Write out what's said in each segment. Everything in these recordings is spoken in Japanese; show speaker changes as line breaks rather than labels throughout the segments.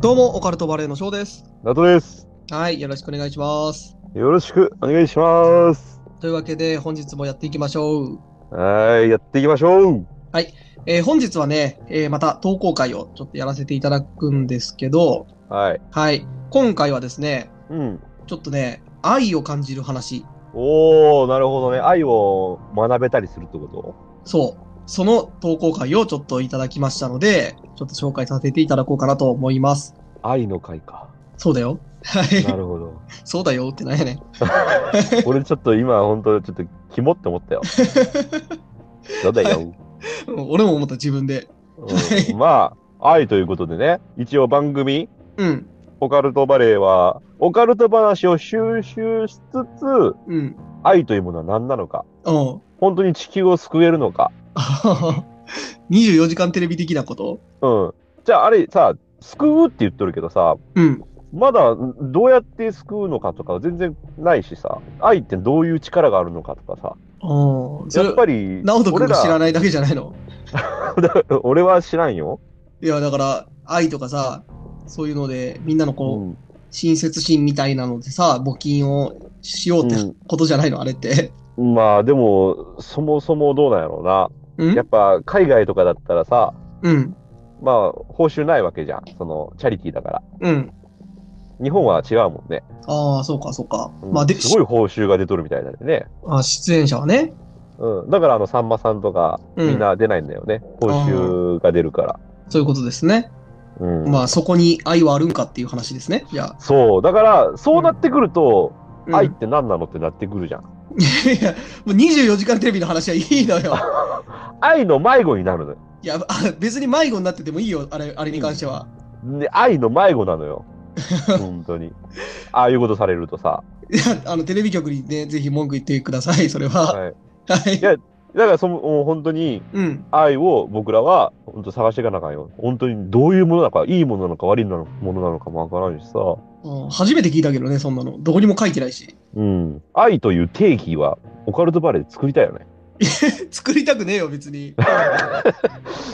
どうも、オカルトバレーの翔です。
ナトです。
はい、よろしくお願いします。
よろしくお願いします。
というわけで、本日もやっていきましょう。
はーい、やっていきましょう。
えー本日はね、えーまた投稿会をちょっとやらせていただくんですけど、
はい。
はい、今回はですね、
うん。
ちょっとね、愛を感じる話。
おー、なるほどね。愛を学べたりするってこと
そう、その投稿会をちょっといただきましたので、ちょっと紹介させていただこうかなと思います。
愛の会か。
そうだよ。はい、
なるほど。
そうだよってなんやねん。
俺ちょっと今、本当ちょっと、キモって思ったよ。そうだよ。
俺も思った、自分で。
うんまあ、愛ということでね、一応番組、
うん、
オカルトバレーは、オカルト話を収集しつつ、
うん、
愛というものは何なのか。
うん。
本当に地球を救えるのか。
24時間テレビ的なこと
うん。じゃあ、あれさ、救うって言っとるけどさ、
うん。
まだどうやって救うのかとか全然ないしさ、愛ってどういう力があるのかとかさ、
うん。そ
や
れ
っ、ぱり、
直人君が知ら
い。
ないだけじゃないの
俺は知ら んよ。
いや、だから、愛とかさ、そういうので、みんなのこう、
うん
親切心みたいなのでさ、募金をしようって
うん
ことじゃないの、あれって。
まあ、でも、そもそもどうなんやろうな。
うん
やっぱ、海外とかだったらさ、
うん。
まあ、報酬ないわけじゃん。その、チャリティーだから。
うん。
日本は違うもんね。
ああ、そうか、そうか。
うん
まあ、で、し
すごい報酬が出とるみたいなんでね。
あ出演者はね。
うん。だから、あの、さんまさんとか、
うん
みんな出ないんだよね。報酬が出るから。
そういうことですね。
うん。
まあ、そこに愛はあるんかっていう話ですね。じゃあ。
そう、だから、そうなってくると、
うん
愛っ
い
て何なのってなってくるじゃん。
や、もう24時間テレビの話はいいのよ。
愛の迷子になるのよ。
いや、あ別に迷子になっててもいいよ、あれあれに関しては。
で愛の迷子な のよ。本当に。ああいうことされるとさ。
いや、 あの、テレビ局にね、ぜひ文句言ってください、それは。
はい、
はい
い。やだからその、もう本当に
うん。
愛を僕らは本当探していかなあかんよ。本当にどういうものなのか、いいものなのか悪いものなのかもわからんしさ。
うん初めて聞いたけどね、そんなの。どこにも書いてないし。
うん。愛という定義は、オカルトバレーで作りたいよね。
作りたくねえよ、別に。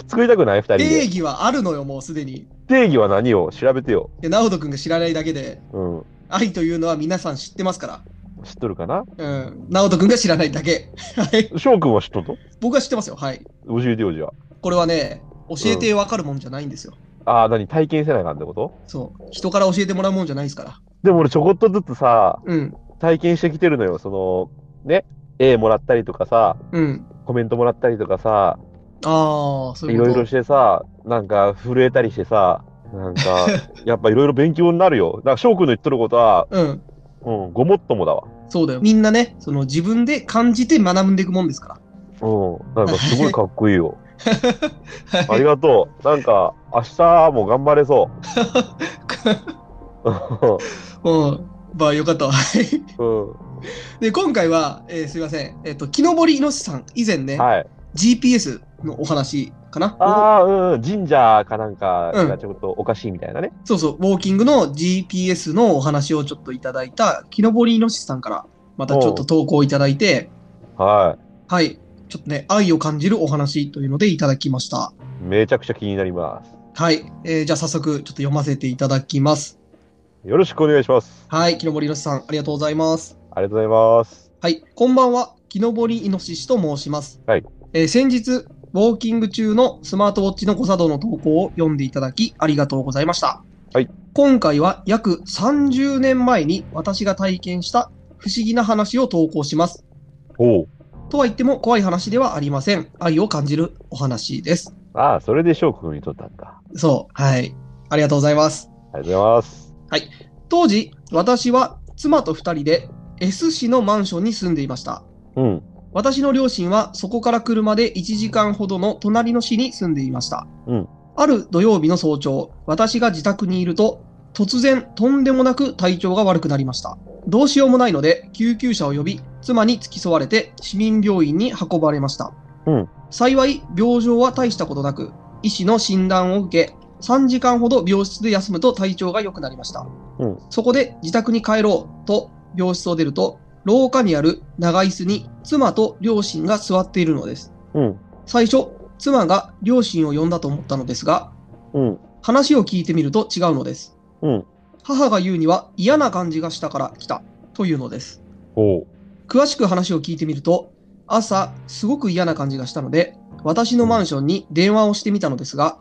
作りたくない二
定
人で。
義はあるのよ、もうすでに。い
定義は何を調べてよ。
や、直人君が知らないだけで、
うん。
愛というのは皆さん知ってますか
知っとるかな
ら。うん。直人君が知らないだけ。 はい。
翔くんは知っとんの
僕は知ってますよ、はい。
教えてよ、じゃあ。
これはね、教えてわかるもんじゃないんですよ。
ああ、何体験せなあかんってこと
そう。人から教えてもらうもんじゃないですから。
でも俺ちょこっとずつさ、
うん。
体験してきてるのよ。その、ね、絵もらったりとかさ、
うん。
コメントもらったりとかさ、
ああ、そう
い
いうこ
ろ
と。
いろしてさ、なんか震えたりしてさ、な んか、やっぱいろいろ勉強になるよ。だから翔くんの言ってることは、
うん。
うん、ごもっともだわ。
そうだよ。みんなね、その自分で感じて学んでいくもんですか
うん、なんかすごいかっこい いよ。
ら。
ありがとう。なんか、明日も頑張れそう。
うん。まあよかったわ。 はい
うん、
で、今回は、えーすいません。えっ、と、木登りいのしさん、以前ね、
はい。
GPS のお話かな。
ああ、うん、神社かなんか
うん
がちょっとおかしいみたいなね。
そうそう、ウォーキングの GPS のお話をちょっといただいた、木登りいのしさんから、またちょっと投稿いただいて、
は
はい。ちょっとね、愛を感じるお話というのでいただきました。
い。めちゃくちゃ気になります。
はい。えーじゃあ早速、ちょっと読ませていただきます。
よろしくお願いします。
はい。木登りいのしさん、ありがとうございます。
ありがとうございます。
はい、こんばんは。木登りいのししと申します。
はい
えー先日、ウォーキング中のスマートウォッチの誤作動の投稿を読んでいただき、ありがとうございました。
はい
今回は約30年前に私が体験した不思議な話を投稿します。
おう。
とは言っても怖い話ではありません。愛を感じるお話です。
ああ、それで翔くんにとったんだ。
そう。はい。ありがとうございます。
ありがとうございます。
当時、私は妻と二人で S 市のマンションに住んでいました。
うん。
私の両親はそこから車で1時間ほどの隣の市に住んでいました。
うん
ある土曜日の早朝、私が自宅にいると、突然とんでもなく体調が悪くなりました。どうしようもないので、救急車を呼び、妻に付き添われて市民病院に運ばれました。
うん
幸い、病状は大したことなく、医師の診断を受け、3時間ほど病室で休むと体調が良くなりました。
うん
そこで自宅に帰ろうと病室を出ると、廊下にある長椅子に妻と両親が座っているのです。
うん。
最初、妻が両親を呼んだと思ったのですが、
うん。
話を聞いてみると違うのです。
うん。
母が言うには嫌な感じがしたから来たというのです。
ほう。
詳しく話を聞いてみると、朝、すごく嫌な感じがしたので、私のマンションに電話をしてみたのですが、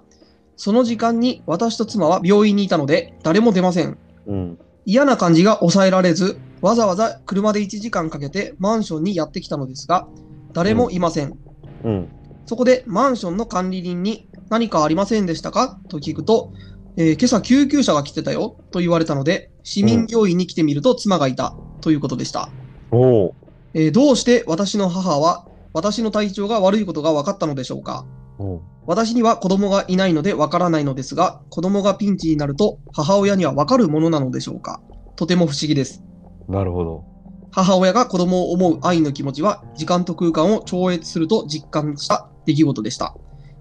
その時間に私と妻は病院にいたので、誰も出ません。
うん。
嫌な感じが抑えられず、わざわざ車で1時間かけてマンションにやってきたのですが、誰もいません。
うん。
そこでマンションの管理人に何かありませんでしたかと聞くと、えー今朝救急車が来てたよと言われたので、市民病院に来てみると妻がいたということでした。
ほう。
えーどうして私の母は私の体調が悪いことが分かったのでしょうか
ほ
私には子供がいないので分からないのですが、子供がピンチになると母親には分かるものなのでしょうかとても不思議です。
う。なるほど。
母親が子供を思う愛の気持ちは時間と空間を超越すると実感した出来事でした。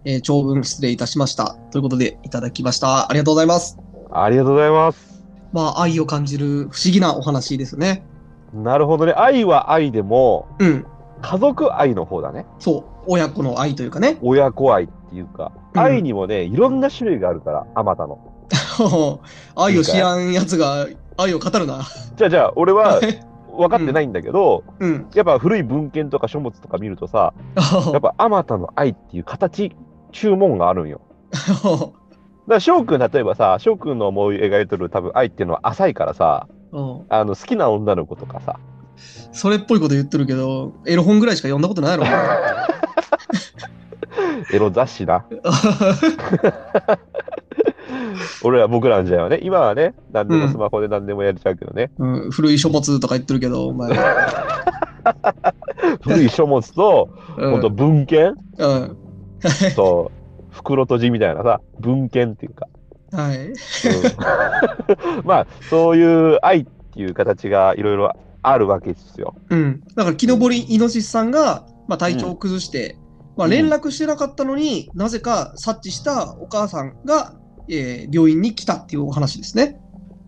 えー長文失礼いたしました。ということでいただきました。ありがとうございます。
ありがとうございます。
まあ、愛を感じる不思議なお話ですね。
なるほどね。愛は愛でも、
うん。
家族愛の方だね。
そう。親子の愛というかね。
親子愛っていうか、
うん
愛にもね、いろんな種類があるから、あまたの。
愛を知らんやつが愛を語るな。
じゃあじゃあ、俺 は分かってないんだけど、
うん。
やっぱ古い文献とか書物とか見るとさ、やっぱあまたの愛っていう形、注文があるんよ。だから翔くん、例えばさ、翔くんの思い描いてる多分愛っていうのは浅いからさ、
うん
あの好きな女の子とかさ、
それっぽいこと言ってるけど、エロ本ぐらいしか読んだことないやろお前。
エロ雑誌な。 俺ら僕らの時代はね、今はね、何でもスマホで何でもやれちゃうけどね、
うん、古い書物とか言ってるけど、お前。
古い書物と、
うん
本当文献
うん。
と、袋閉じみたいなさ、文献っていうか、
はい。
うん まあ、そういう愛っていう形がいろいろあるわけですよ。
うん。だから、木登りイノシシさんが、まあ、体調を崩して、まあ、連絡してなかったのに、なぜか察知したお母さんが、えー病院に来たっていうお話ですね。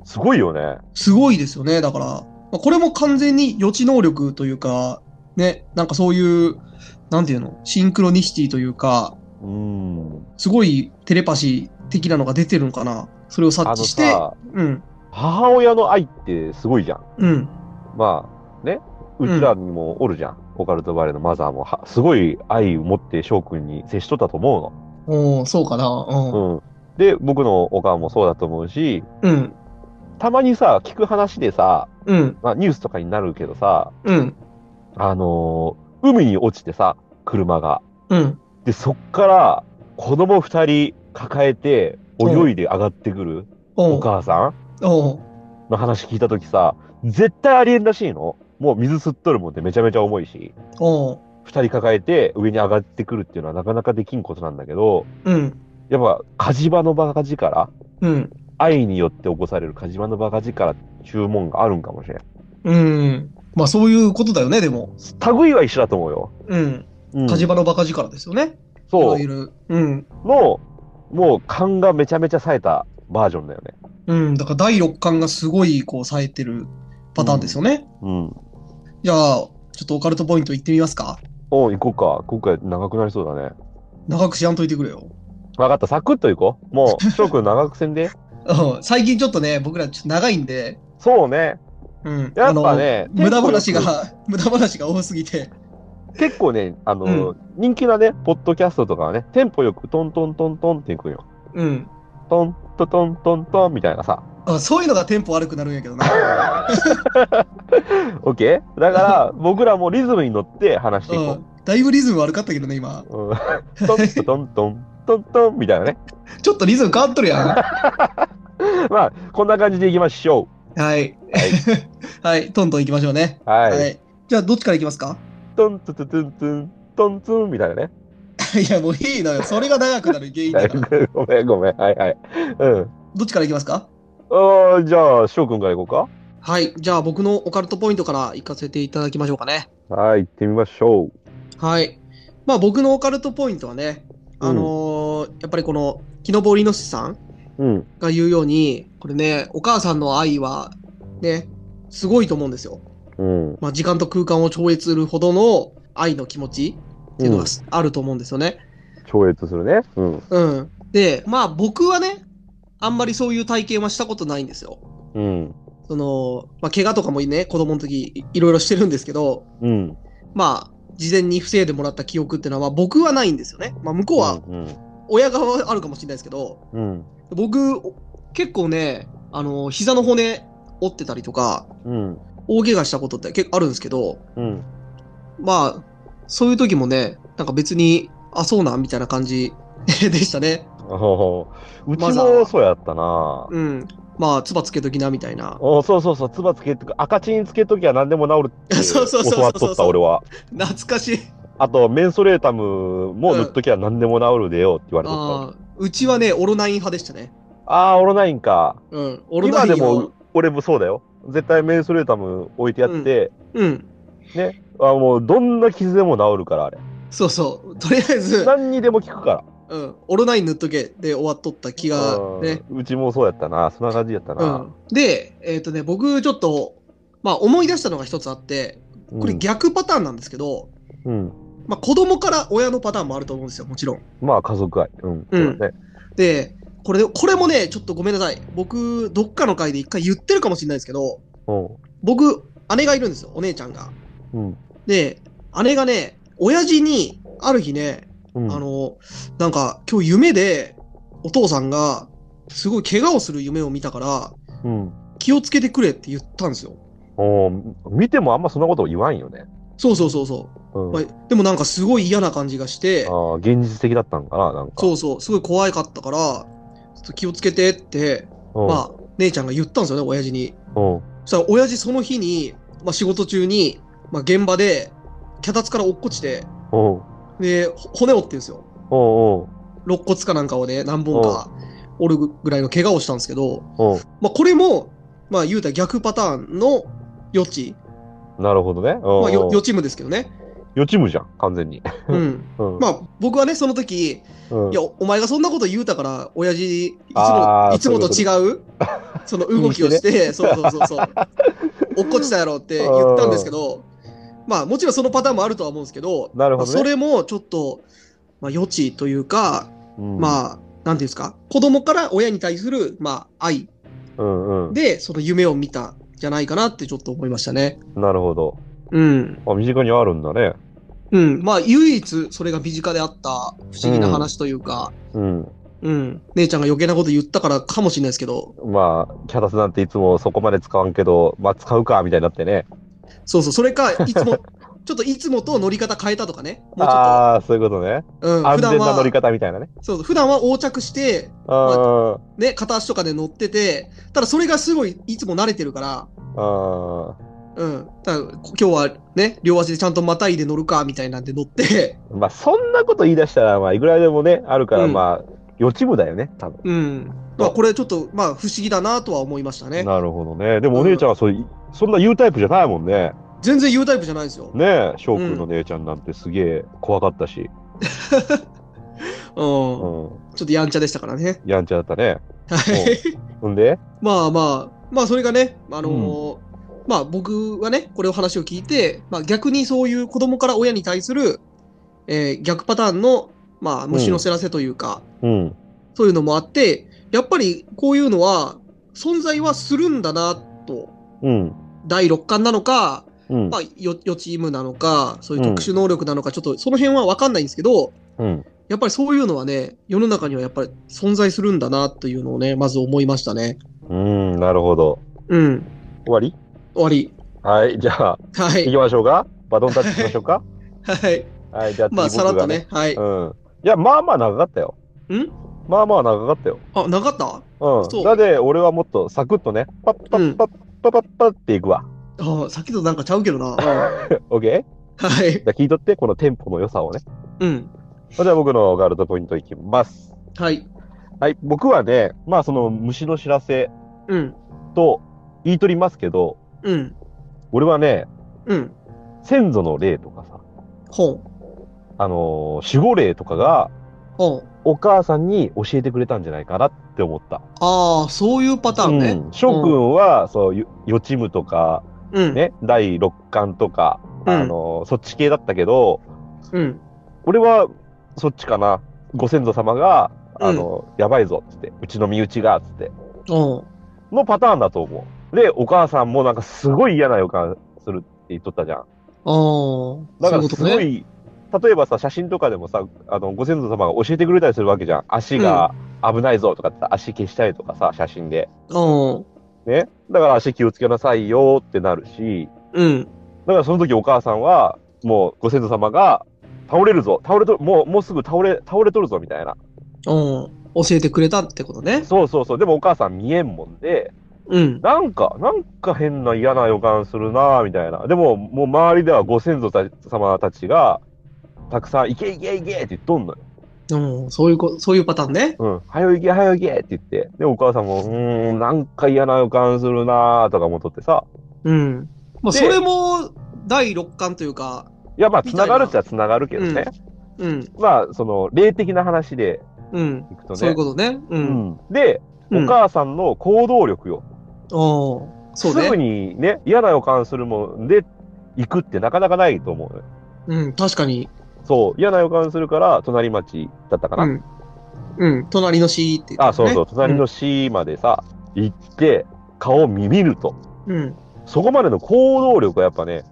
すごいよね。
すごいですよね。だから、まあ、これも完全に予知能力というか、ね、なんかそういう、なんていうの、シンクロニシティというか、
うん。
すごいテレパシー的なのが出てるのかな。それを
あ
察
の
知して、
さ、
うん、
母親の愛ってすごいじゃん。
うん、
まあね、うちらにもおるじゃん。オカルトバレーのマザーもは、すごい愛を持って翔くんに接しとったと思
おーそうかな。
う
う
の。うん。で、僕のお母もそうだと思うし、
ん、うん、
たまにさ、聞く話でさ、
うん、
まあ、ニュースとかになるけどさ、
うん、
あのー海に落ちてさ、車が。
うん。
で、そっから子供二人抱えて泳いで上がってくる
お
お
う
母さん
おう
の話聞いたときさ、絶対ありえんらしいの。もう水吸っとるもんってめちゃめちゃ重いし。
おう
二人抱えて上に上がってくるっていうのはなかなかできんことなんだけど、
うん、
やっぱ火事場のバカ力
うん、
愛によって起こされる火事場のバカ力注文があるんかもしれん。
うん。まあそういうことだよね、でも。
類は一緒だと思うよ。
うん。
うん、
火事場のバカ力ですよね。
そう
い。ろいろ。うん。
の、もう勘がめちゃめちゃ冴えたバージョンだよね。
うん。だから第六感がすごい、こう、冴えてるパターンですよね。
うん。
じゃあ、ちょっとオカルトポイント行ってみますか。
おう行こうか。今回長くなりそうだね。
長くしやんといてくれよ。ん
わかった、サクッと行こう。も う、翔くん長くせんで。
うん最近ちょっとね、僕らちょっと長いんで、
そうね。
うん。
やっぱね
あの無駄話
テンポ
が、 無駄話が多すぎて。
結構ね、あの、人気なね、ポッドキャストとかはね、テンポよくトントントントンっていくんよ。
うん。
トントトントントンみたいなさ。
あそういうのがテンポ悪くなるんやけど な。
オッケーだから、僕らもリズムに乗って話していうこ
ん。だいぶリズム悪かったけどね、今。
う。うん、トントトントン。トントンみたいなね。
ちょっとリズム変わっとるやん。
まあ、こんな感じでいきましょ
はい。 はい、トントン行きましょうね。
う。はい。
はい。じゃあ、どっちから行きますか
トントトトントン、トントンみたいなね。
いや、もういいのよ。それが長くなる原因だから。
ごめんごめん。はいはい。うん。
どっちから行きますか
あーじゃあ、翔くんから行こ
はい。じゃあ、僕のオカルトポイントから行かせていただきましょうかね。
うか。はい、行ってみましょ
はい。まあ、僕のオカルトポイントはね、あのーやっぱりこの、木登りのしさん
う。うん。
が言うように、これね、お母さんの愛は、ね、すごいと思うんですよ。
うん。
まあ、時間と空間を超越するほどの愛の気持ちっていうの
う
が
ん
あると思うんですよね。
超越するね。うん。
うん。で、まあ僕はね、あんまりそういう体験はしたことないんですよ。
うん。
その、まあ、怪我とかもね、子供の時いいろいろしてるんですけど、
うん。
まあ、事前に防いでもらった記憶っていうのは、まあ、僕はないんですよね。まあ、向こうは
うん。
親側はあるかもしれないですけど、
うん。
僕、結構ね、あの、膝の骨折ってたりとか、
うん。
大怪我したことって結構あるんですけど、
うん。
まあ、そういう時もね、なんか別に、あ、そうなんみたいな感じでしたね。
おーう
ま
ち
だ
もそうやったな。
うん。まあ、唾つけときな、みたいな。
おそうそうそう、つばつけとか、赤チンつけときは何でも治るって
そうそうそうそうそう
教わっとった、俺は。
懐かしい。
あと、メンソレータムも塗っときは何でも治るでよって言われとった。
ああ、うちはね、オロナイン派でしたね。
ああー、オロナインか。
うん。オロナイ
今
ン
で
を
も、俺もそうだよ。絶対メンソレータム置いてやって、
うん。
あもうどんな傷でも治るから、あれ。
そうそう。とりあえず、
何にでも効くから。
うん。オロナイン塗っとけで終わっとった気がね。
うんうちもそうやったな。そんな感じやった
う
な。
ん。で、えっ、とね、僕ちょっと、まあ思い出したのが一つあって、
うん、
これ逆パターンなんですけど、
うん。
まあ子供から親のパターンもあると思うんですよ、もちろん。
まあ、家族愛。うん。
うん
そうだね。
で、これ、これもね、ちょっとごめんなさい。僕、どっかの回で一回言ってるかもしれないですけど、
う
僕、姉がいるんですよ、お姉ちゃんが。
ん。うん。
で、姉がね、親父に、ある日ね、
うん、
あの、なんか、今日夢で、お父さんが、すごい怪我をする夢を見たから、
うん。
気をつけてくれって言ったんですよ。
おー見てもあんまそんなこと言わんよね。
そうそうそうそうう。
ん、
まあでもなんかすごい嫌な感じがして
あ、ー現実的だったんかな、なんか。
そうそう、すごい怖かったから、ちょっと気をつけてって、
うん、
まあ、姉ちゃんが言ったんですよね、親父に。
うん
そしたら親父その日に、まあ、仕事中に、まあ、現場で脚立から落っこちて
うん
でほ骨折ってるんですよ
うんうん
肋骨かなんかをね何本か折るぐらいの怪我をしたんですけど、
う
まあ、これも、まあ、言うたら逆パターンの余地、
んなるほどね。うん
まあ、よ
うん
予知夢ですけどね、
予知夢じゃん、完全に。
うん、
うん
まあ僕はねその時、
うん
いやお前がそんなこと言うたから親父いつ
あ
も
ー
いつもと違うその動きをしてそうそうそう そう落っこちたやろって言ったんですけどまあもちろんそのパターンもあるとは思うんですけど
なるほどね
まあそれもちょっと、まあ、余地というか、
うん
まあなんていうんですか子供から親に対する、まあ、愛
うんうん、
でその夢を見たんじゃないかなってちょっと思いましたね。
なるほど。
うん
あ、身近にあるんだね。
うん、まあ唯一それが身近であった不思議な話というか、
うん。
うん。姉ちゃんが余計なこと言ったからかもしれないですけど、
まあ、キャタスなんていつもそこまで使わんけど、まあ、使うか、みたいになってね。
そうそう、それか、いつ も、ちょっといつもと乗り方変えたとかね。もうちょっ
ああー、そういうことね。
と、うん、
安
普段
全な乗
は
り、方みたいなね。
そうそう、普段は横着して、
あ
ね、片足とかで乗ってて、ただそれがすごい、いつも慣れてるから、
あ、あ
うん。ただ、こ今日はね、両足でちゃんとまたいで乗るか、みたいなんで乗って、
あ。まあ、そんなこと言い出したら、まあ、いくらでもね、あるから、
うん
まあ、予知夢だよね、多分。
うん。まあ、これちょっと、まあ、不思議だなとは思いましたね。
なるほどね。で
う
も
ん
お姉ちゃんはそう、いそんな言うタイプじゃないもんね。
全然言うタイプじゃないですよ。
ねえ、翔くんの姉ちゃんなんてすげえ怖かったし、
う。
うんん、
ちょっとやんちゃでしたからね。
やんちゃだったね。
はい。
ほんで、
まあまあ、まあそれがね、あのーまあ僕はね、これを話を聞いて、まあ逆にそういう子供から親に対する、えー逆パターンの、まあ虫のせらせというか、
うん、
そういうのもあって、やっぱりこういうのは存在はするんだなと、
うん、
第六感なのか、
うん、
まあよ予知夢なのか、そういう特殊能力なのか、ちょっとその辺はわかんないんですけど、
うん。
やっぱりそういうのはね、世の中にはやっぱり存在するんだなというのをね、まず思いましたね。
うん、なるほど。
うん、
終わり
終わり。
はい、じゃあ、
はい。
行きましょうか。バトンタッチしましょうか。
はい。
はい、じゃあ次、
まあ、さらっとね。はい。
僕がね。うん。いや、まあまあ長かったよ。
ん
まあまあ長かったよ。
あ、なかった
う。
そうん
だで、俺はもっとサクッとね、パッパッパッパッパッパッっていくわ。
あさっきとなんかちゃうけどな。は
オッケーじ
い。
ゃあ聞いとって、このテンポの良さをね。
うん。
じゃあ僕のガールドポイントいきます。
はい。
はい、僕はね、まあその虫の知らせ
うん。
と言いとりますけど、
うん。
俺はね、
うん。
先祖の霊とかさ、
ほん。
あのー守護霊とかが
ほん。
お母さんに教えてくれたんじゃないかなって思った。
ああ、そういうパターンね。
うん翔くんは、そう、よ予知夢とか、
うん。
ね、第六感とか、
うん
あのーそっち系だったけど、
うん。
俺はそっちかな。ご先祖様があの、やばいぞっつって、うちの身内がっつって、
おう
のパターンだと思う。で、お母さんもなんかすごい嫌な予感するって言っとったじゃん。
おう
だ
そ
か
ういう
ら
こ
す
と
ご
ね。
い、例えばさ、写真とかでもさ、あのご先祖様が教えてくれたりするわけじゃん。足が危ないぞとかってさ足消したりとかさ、写真で。
おう
ね。だから足気をつけなさいよってなるし、
うん。
だからその時お母さんは、もうご先祖様が、倒れるぞ、倒れとる、もう、もうすぐ倒れ、倒れとるぞみたいな。
おう教えてくれたってことね。
そうそうそう。でもお母さん見えんもんで、
うん。
なんか、なんか変な嫌な予感するなぁ、みたいな。でも、もう周りではご先祖た様たちが、たくさん、いけいけいけって言っとんのよ。
うん。そういうこ、そういうパターンね。
うん。はよいけ、はよいけって言って。で、お母さんも、うーん、なんか嫌な予感するなぁ、とか思っとってさ。
うん。まあ、
で
それも、第六感というか、
いや、まあ、つながるっちゃつながるけどね。
うん。
まあ、その、霊的な話で
うん。
いくとね。
そういうことね。う。
うんん。で、
う
お
ん、
母さんの行動力よ。
おうそう
す
ね。
ぐにね、嫌な予感するもんで、行くってなかなかないと思うのよ。
うん。確かに。
そう、嫌な予感するから、隣町だったかな。
うん。うん。隣の市って言ってたね
あ、そうそう、隣の市までさ、行って、顔を見ると。
うん。うん。
そこまでの行動力がやっぱね、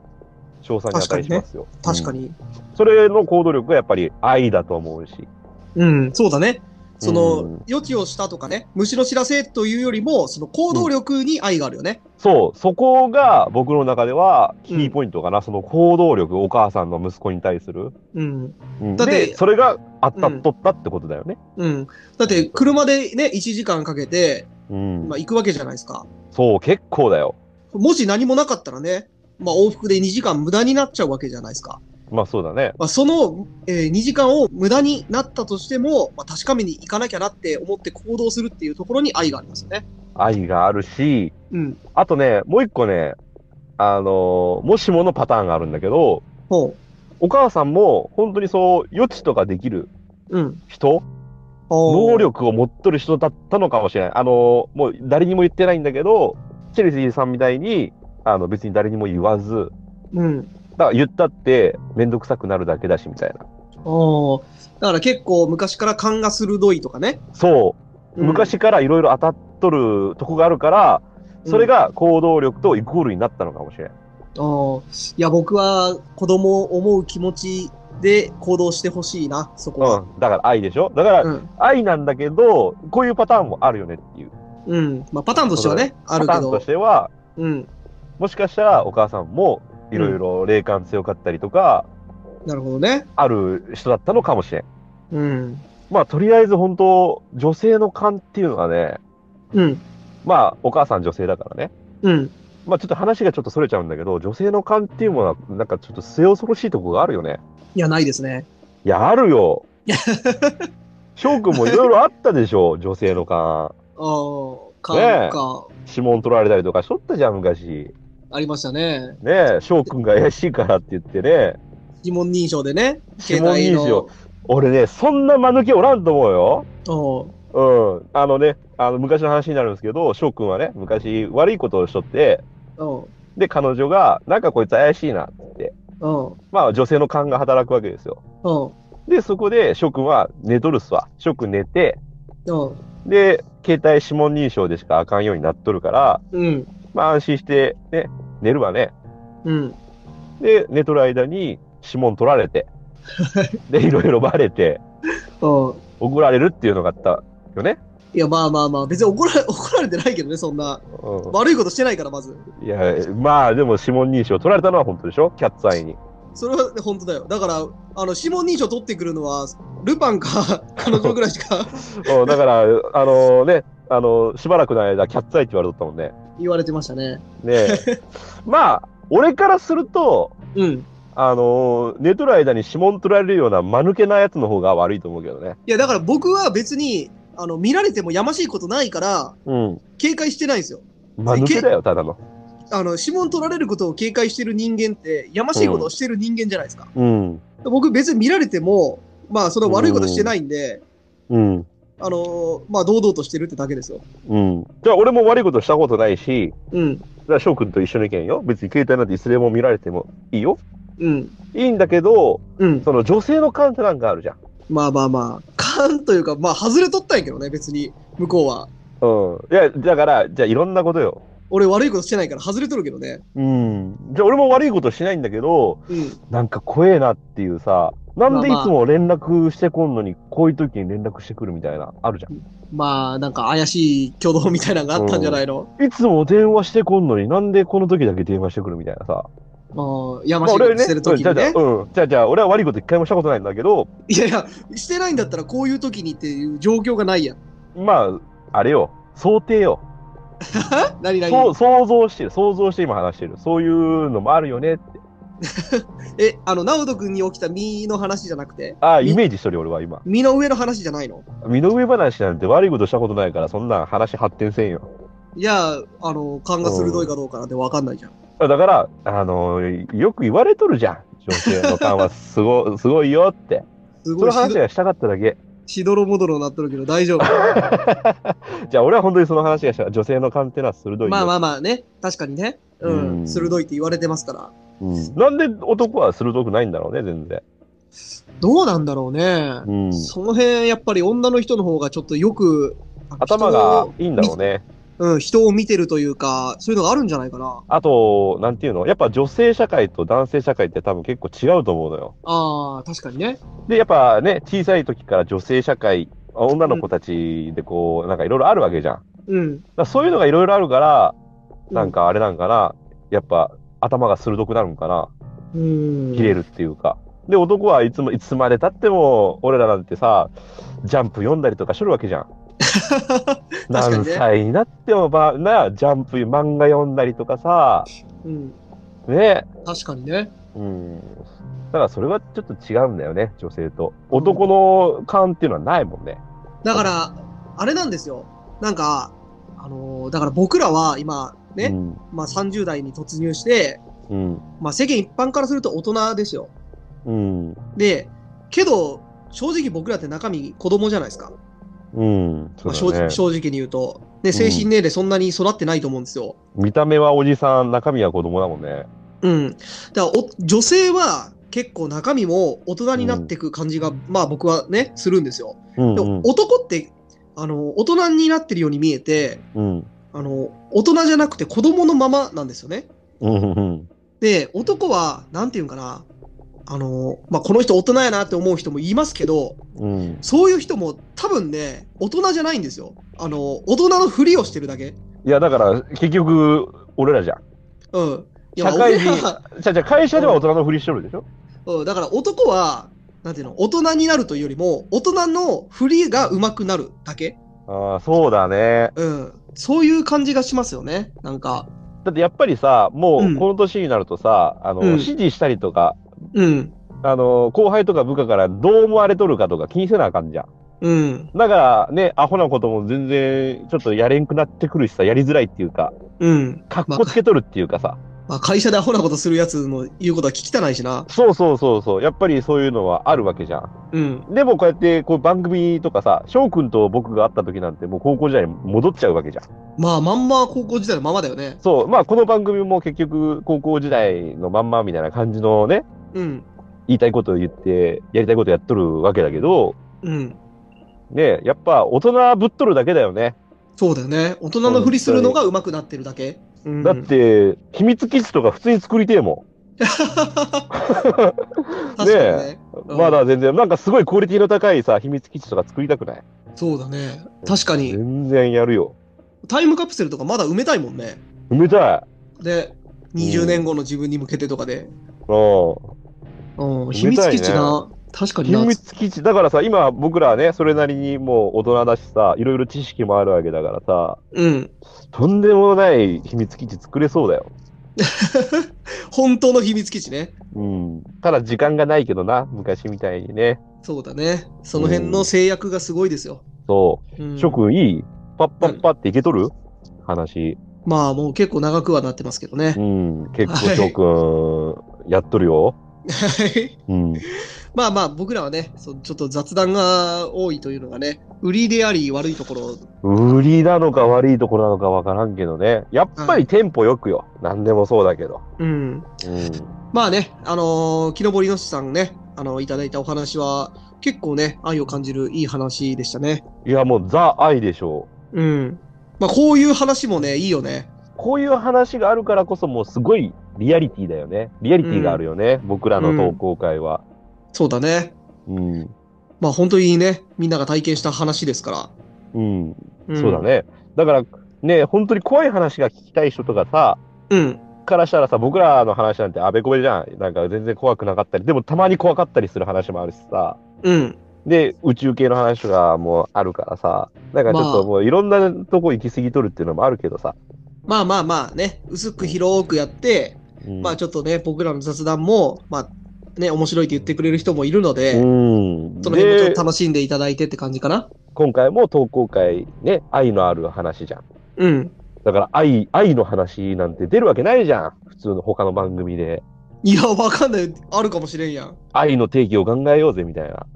賞賛に値しますよ。
確か
に、
に。
それの行動力がやっぱり愛だと思うし。
うん。そうだね。その、
うん
予知をしたとかね、虫の知らせというよりも、その行動力に愛があるよね。
そう、そこが僕の中ではキーポイントかな。その行動力、お母さんの息子に対する。
うん。
うん、
だって
で、それがあった、
うん
とったってことだよね。
うん。だって、車でね、1時間かけて、
うん
まあ、行くわけじゃないですか。
そう、結構だよ。
もし何もなかったらね、まあ、往復で2時間無駄になっちゃうわけじゃないですか。
まあそうだね。
まあ、その、え2時間を無駄になったとしても、まあ、確かめに行かなきゃなって思って行動するっていうところに愛がありますよね。
愛があるし、
うん。
あとね、もう一個ね、あのーもしものパターンがあるんだけど、
ほう。
お母さんも本当にそう予知とかできる
うん。
人、
ほう
能。力を持っとる人だったのかもしれない。あのーもう誰にも言ってないんだけど、チェルシーさんみたいに、あの別に誰にも言わず、
うん。
だから言ったって面倒くさくなるだけだしみたいな。
おーだから結構昔から勘が鋭いとかね。
そう、
うん、
昔からいろいろ当たっとるとこがあるから、それ
うん、
が行動力とイコールになったのかもしれない。
あーいや、僕は子供を思う気持ちで行動してほしいな、そこは。
うん。だから愛でしょだから
うん。
愛なんだけど、こういうパターンもあるよねっていう。
うん。まあ、パターンとしてはね、ある
パ
け
ターンと
ど
し。ては、
うん。
もしかしたらお母さんもいろいろ霊感強かったりとか、
なるほどね。
ある人だったのかもしれん。
うん。
まあ、とりあえず本当、女性の勘っていうのはね、
うん。
まあ、お母さん女性だからね。
うん。
まあ、ちょっと話がちょっとそれちゃうんだけど、女性の勘っていうものは、なんかちょっと末恐ろしいとこがあるよね。
いや、ないですね。
いや、あるよ
いや。
翔くんもいろいろあったでしょ、女性の勘。
ああ、か、
ねえ
か、
指紋取られたりとかしとったじゃん、昔。
ありましたね。
ねえ、翔くんが怪しいからって言ってね。
指紋認証でね。
指紋認証
の。
俺ね、そんな間抜けおらんと思うよ。
おう
うん、あのね、あの昔の話になるんですけど、翔くんはね、昔悪いことをしとって、
おう
で、彼女が、なんかこいつ怪しいなって言って、
おう
まあ女性の勘が働くわけですよ。
おう
で、そこで翔くんは寝とるっすわ。翔くん寝て、
おう
で、携帯指紋認証でしかあかんようになっとるから、
うん。
まあ安心して、ね、寝るわね。
うん。
で、寝とる間に指紋取られて、で、いろいろバレて、
おう
怒られるっていうのがあったよね。
いや、まあまあまあ、別に怒られ、 怒られてないけどね、そんな。
う
悪いことしてないから、まず。
ん、いや、まあでも指紋認証取られたのは本当でしょキャッツアイに。
それは本当だよ。だから、あの、指紋認証取ってくるのは、ルパンか、 彼女ぐらいしか
そうだから、あのね、あのしばらくの間、キャッツアイって言われとったもんね。
言われてましたね。
ねえまあ、俺からすると、
うん。
あの寝とる間に指紋取られるような間抜けなやつの方が悪いと思うけどね。
いや、だから僕は別に、あの、見られてもやましいことないから、
うん。
警戒してないんですよ。
間抜けだよ、ただの。
あの、指紋取られることを警戒してる人間って、やましいことをしてる人間じゃないですか。
うん。
僕別に見られても、まあ、その悪いことしてないんで、
うん。
あのまあ、堂々としてるってだけですよ。
うん。じゃあ、俺も悪いことしたことないし、
うん。
じゃあ、翔くんと一緒の意見よ。別に携帯なんていつでも見られてもいいよ。
うん。
いいんだけど、
うん。
その女性の感ってなんかあるじゃん。
まあまあまあ。からんというか、まあ、外れとったんやけどね、別に、向こうは。
うん。いや、だから、じゃあいろんなことよ。
俺悪いことしてないから外れとるけどね。
うん。じゃあ俺も悪いことしないんだけど、
うん。
なんか怖えなっていうさ、なんでい
まあまあ
つも連絡してこんのに、こういう時に連絡してくるみたいな、あるじゃ
まあ、なんか怪しい挙動みたいなのがあったんじゃないの、
ん。いつも電話してこんのに、なんでこの時だけ電話してくるみたいなさ。
ああ、やま
ま
し
あ
いこ
俺は
と
ね、
して
う
る
んじゃあ
時
じゃ
にね
あ。うんじゃあじゃあ俺は悪いこと一回もしたことないんだけど、
いやいや、してないんだったらこういう時にっていう状況がないやん。
まあ、あれよ、想定よ。
何々
そう想像してる、想像して今話してる。そういうのもあるよねって。
え、あの、直人君に起きた身の話じゃなくて、
ああ、
み
イメージしてるよ、俺は今。
身の上の話じゃないの
身の上話なんて悪いことしたことないから、そんなん話発展せんよ。
いや、あの、勘が鋭いかどうかなんてわかんないじゃん。
だから、あのよく言われとるじゃん。女性の 勘はすごすごいよって。
す
そ
ご
の
いし
話
ど
がしたかっただけ。
しどろもどろになっとるけど大 丈夫。
じゃあ、俺は本当にその話がした。女性の勘ってのは鋭いよ。
まあまあまあね、確かにね。うん、
うん
鋭いって言われてますから。
うんなんで男は鋭くないんだろうね、全然。
どうなんだろうね。
うん、
その辺、やっぱり女の人の方がちょっとよく、
頭がいいんだろうね。
人を、うん、人を見てるというか、そういうのがあるんじゃないかな。
あと、なんていうのやっぱ女性社会と男性社会って多分結構違うと思うのよ。
ああ、確かにね。
で、やっぱね、小さい時から女性社会、女の子たちでこう、なんかいろいろあるわけじゃん。だか
うん。
らそういうのがいろいろあるから、なん
か、
かあれなんかな、やっぱ頭が鋭くなるんかな、
うん。
切れるっていうか。で、男はいつも、いつまで経っても、俺らなんてさ、ジャンプ読んだりとかしとるわけじゃ ん。
かに
何
ね
歳になっても、まあ、な、ジャンプ、漫画読んだりとかさ、
うん。
ね、
確かにね。
うん。だからそれはちょっと違うんだよね、女性と。男の感っていうのはないもんね。
だから、あれなんですよ。なんか、あのーだから僕らは今、ね、
うん。
まあ30代に突入して、
うん。
まあ世間一般からすると大人ですよ。
うん。
で、けど、正直僕らって中身子供じゃないですか。
うん。
まあ
そ
正
うだ
直
ね、
正直に言うと。で、精神年齢そんなに育ってないと思うんですよ。
見た目はおじさん、中身は子供だもんね。
うん。だからお、女性は結構中身も大人になっていく感じが、まあ僕はね、するんですよ。
うん
で
う
も
ん。
男って、あの、大人になってるように見えて、
うん。
あの、大人じゃなくて子供のままなんですよね。
うんうん。
で、男は、なんていうんかな、あの、まあ、この人大人やなって思う人もいますけど、
うん。
そういう人も多分ね、大人じゃないんですよ。あの、大人のふりをしてるだけ。
いや、だから、結局、俺らじゃん。
うん。い
社会人
俺らは
じゃあじゃあ会社では大人のふりしとるでしょ
うん、だから男は、なんていうの、大人になるというよりも、大人のふりが上手くなるだけ。
ああ、そうだね。
うん。そういう感じがしますよね。なんか。
だってやっぱりさ、も
うん
う、この年になるとさ、あの、
うん
指示したりとか、
うん。
あの、後輩とか部下からどう思われとるかとか気にせなあかんじゃん。
うん。
だからね、アホなことも全然ちょっとやれんくなってくるしさ、やりづらいっていうか、
うん。
かっこつけとるっていうかさ、
まあ、会社でアホなことするやつの言うことは聞きたないしな。
そうそうそうそう、やっぱりそういうのはあるわけじゃん。
うん。
でもこうやってこう番組とかさ、翔くんと僕が会った時なんてもう高校時代に戻っちゃうわけじゃん。
まあ、まんま高校時代のままだよね。
そう、まあこの番組も結局高校時代のまんまみたいな感じのね、
うん。
言いたいことを言って、やりたいことやっとるわけだけど、
うん。
ね、やっぱ大人ぶっとるだけだよね。
そうだよね。大人のふりするのが上手くなってるだけ。うん、
だっ。て、秘密基地とか普通に作りてえもん。
確かにね。うん
まだ全然、なんかすごいクオリティの高いさ、秘密基地とか作りたくない
そうだね。確かに。
全然やるよ。
タイムカプセルとかまだ埋めたいもんね。
埋めたい。
で、20年後の自分に向けてとかで。
う
うん、秘
埋め
密
たいね
基地な。確か
ん。
に
秘
な。
密基地。だからさ、今僕らはね、それなりにもう大人だしさ、いろいろ知識もあるわけだからさ、
うん。
とんでもない秘密基地作れそうだよ。
本当の秘密基地ね。
うん。ただ時間がないけどな、昔みたいにね。
そうだね。その辺の制約がすごいですよ。
そうう。
ん、
諸君いいパッパッパっていけとる、話。
まあもう結構長くはなってますけどね
う。 ん。結
はい
構諸君、やっとるよ。
はい
うん。
まあまあ僕らはね、そうちょっと雑談が多いというのがね、売りであり悪いところ。
売りなのか悪いところなのかわからんけどね。やっぱりテンポよくよ。何でもそうだけど。
うん。
うん。
まあね、あのー木登りのしさんね、あのいただいたお話は、結構ね、愛を感じるいい話でしたね。
いや、もうザ・愛でしょう。
うん。まあ、こういう話もね、いいよね。
こういう話があるからこそ、もうすごいリアリティだよね。リアリティがあるよね、僕らの投稿会は。
そうだね。
うん。
まあ、本当にね、みんなが体験した話ですか
うん。
ら。ん
そうだ。ね。だから、ね、本当に怖い話が聞きたい人とかさ、
うん。
からしたらさ、僕らの話なんてあべこべじゃん。なんか全然怖くなかったり、でもたまに怖かったりする話もあるしさ。
うん。
で、宇宙系の話とかもあるからさ、なんかちょっ
まあ
ともういろんなとこ行き過ぎとるっていうのもあるけどさ。
まあまあまあね、薄く広くやって、
うん、
まあちょっとね、僕らの雑談も、まあね、面白いって言ってくれる人もいるので、
うん。
その辺もちょっ
で
と、楽しんでいただいてって感じかな。
今回も投稿会、ね、愛のある話じゃん。
うん。
だから愛、愛の話なんて出るわけないじゃん。普通の他の番組で。
いや、わかんない。あるかもしれんやん。
愛の定義を考えようぜみたいな。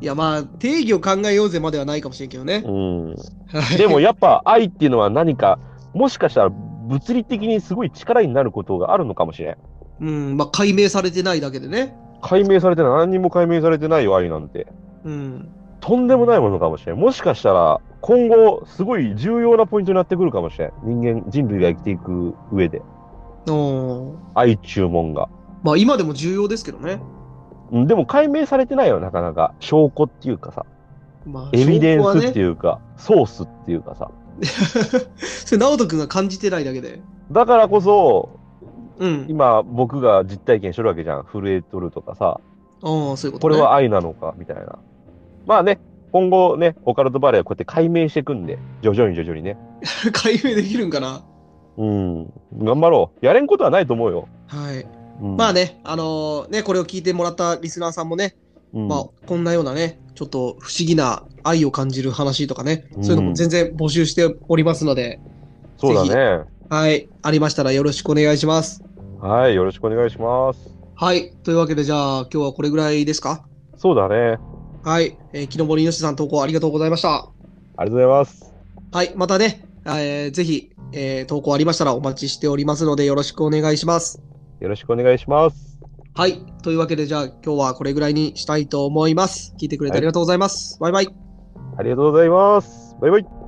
いや、まあ、定義を考えようぜまではないかもしれんけどね。
うん。
はい
でもやっぱ愛っていうのは何か、もしかしたら物理的にすごい力になることがあるのかもしれん。
うん、まあ、解明されてないだけでね。
解明されてない、何にも解明されてないよ、愛なんて。
うん。
とんでもないものかもしれん。もしかしたら、今後、すごい重要なポイントになってくるかもしれん。人間、人類が生きていく上で。
おー
愛注文が。
まあ、今でも重要ですけどね。
うんでも解明されてないよ、なかなか。証拠っていうかさ。
まあ、
エビデンスっ
証拠
ていうか、ソースっていうかさ。
はね。 それ、直人君が感じてないだけで。
だからこそ、
うん。
今、僕が実体験してるわけじゃん。震えとるとかさ。
ああ、そういうこと、
こ
ね。
れは愛なのかみたいな。まあね、今後ね、オカルトバレーはこうやって解明していくんで、徐々に徐々にね。
解明できるんかな。
うん、頑張ろう。やれんことはないと思うよ。
はい。
うん
まあ、ね、あのーね、これを聞いてもらったリスナーさんもね、
うん
まあ、こんなようなね、ちょっと不思議な愛を感じる話とかね、そういうのも全然募集しておりますので、
そうだね。
はい、ありましたらよろしくお願いします。
はい、よろしくお願いします。
はい、というわけでじゃあ今日はこれぐらいですか
そうだね。
はい、えー、木登りよしさん投稿ありがとうございました。
ありがとうございます。
はい、またね、えーぜひ、えー投稿ありましたらお待ちしておりますのでよろしくお願いします。
よろしくお願いします。
はい、というわけでじゃあ今日はこれぐらいにしたいと思います。聞いてくれてありがとうございます。バイバイ。
ありがとうございます。バイバイ。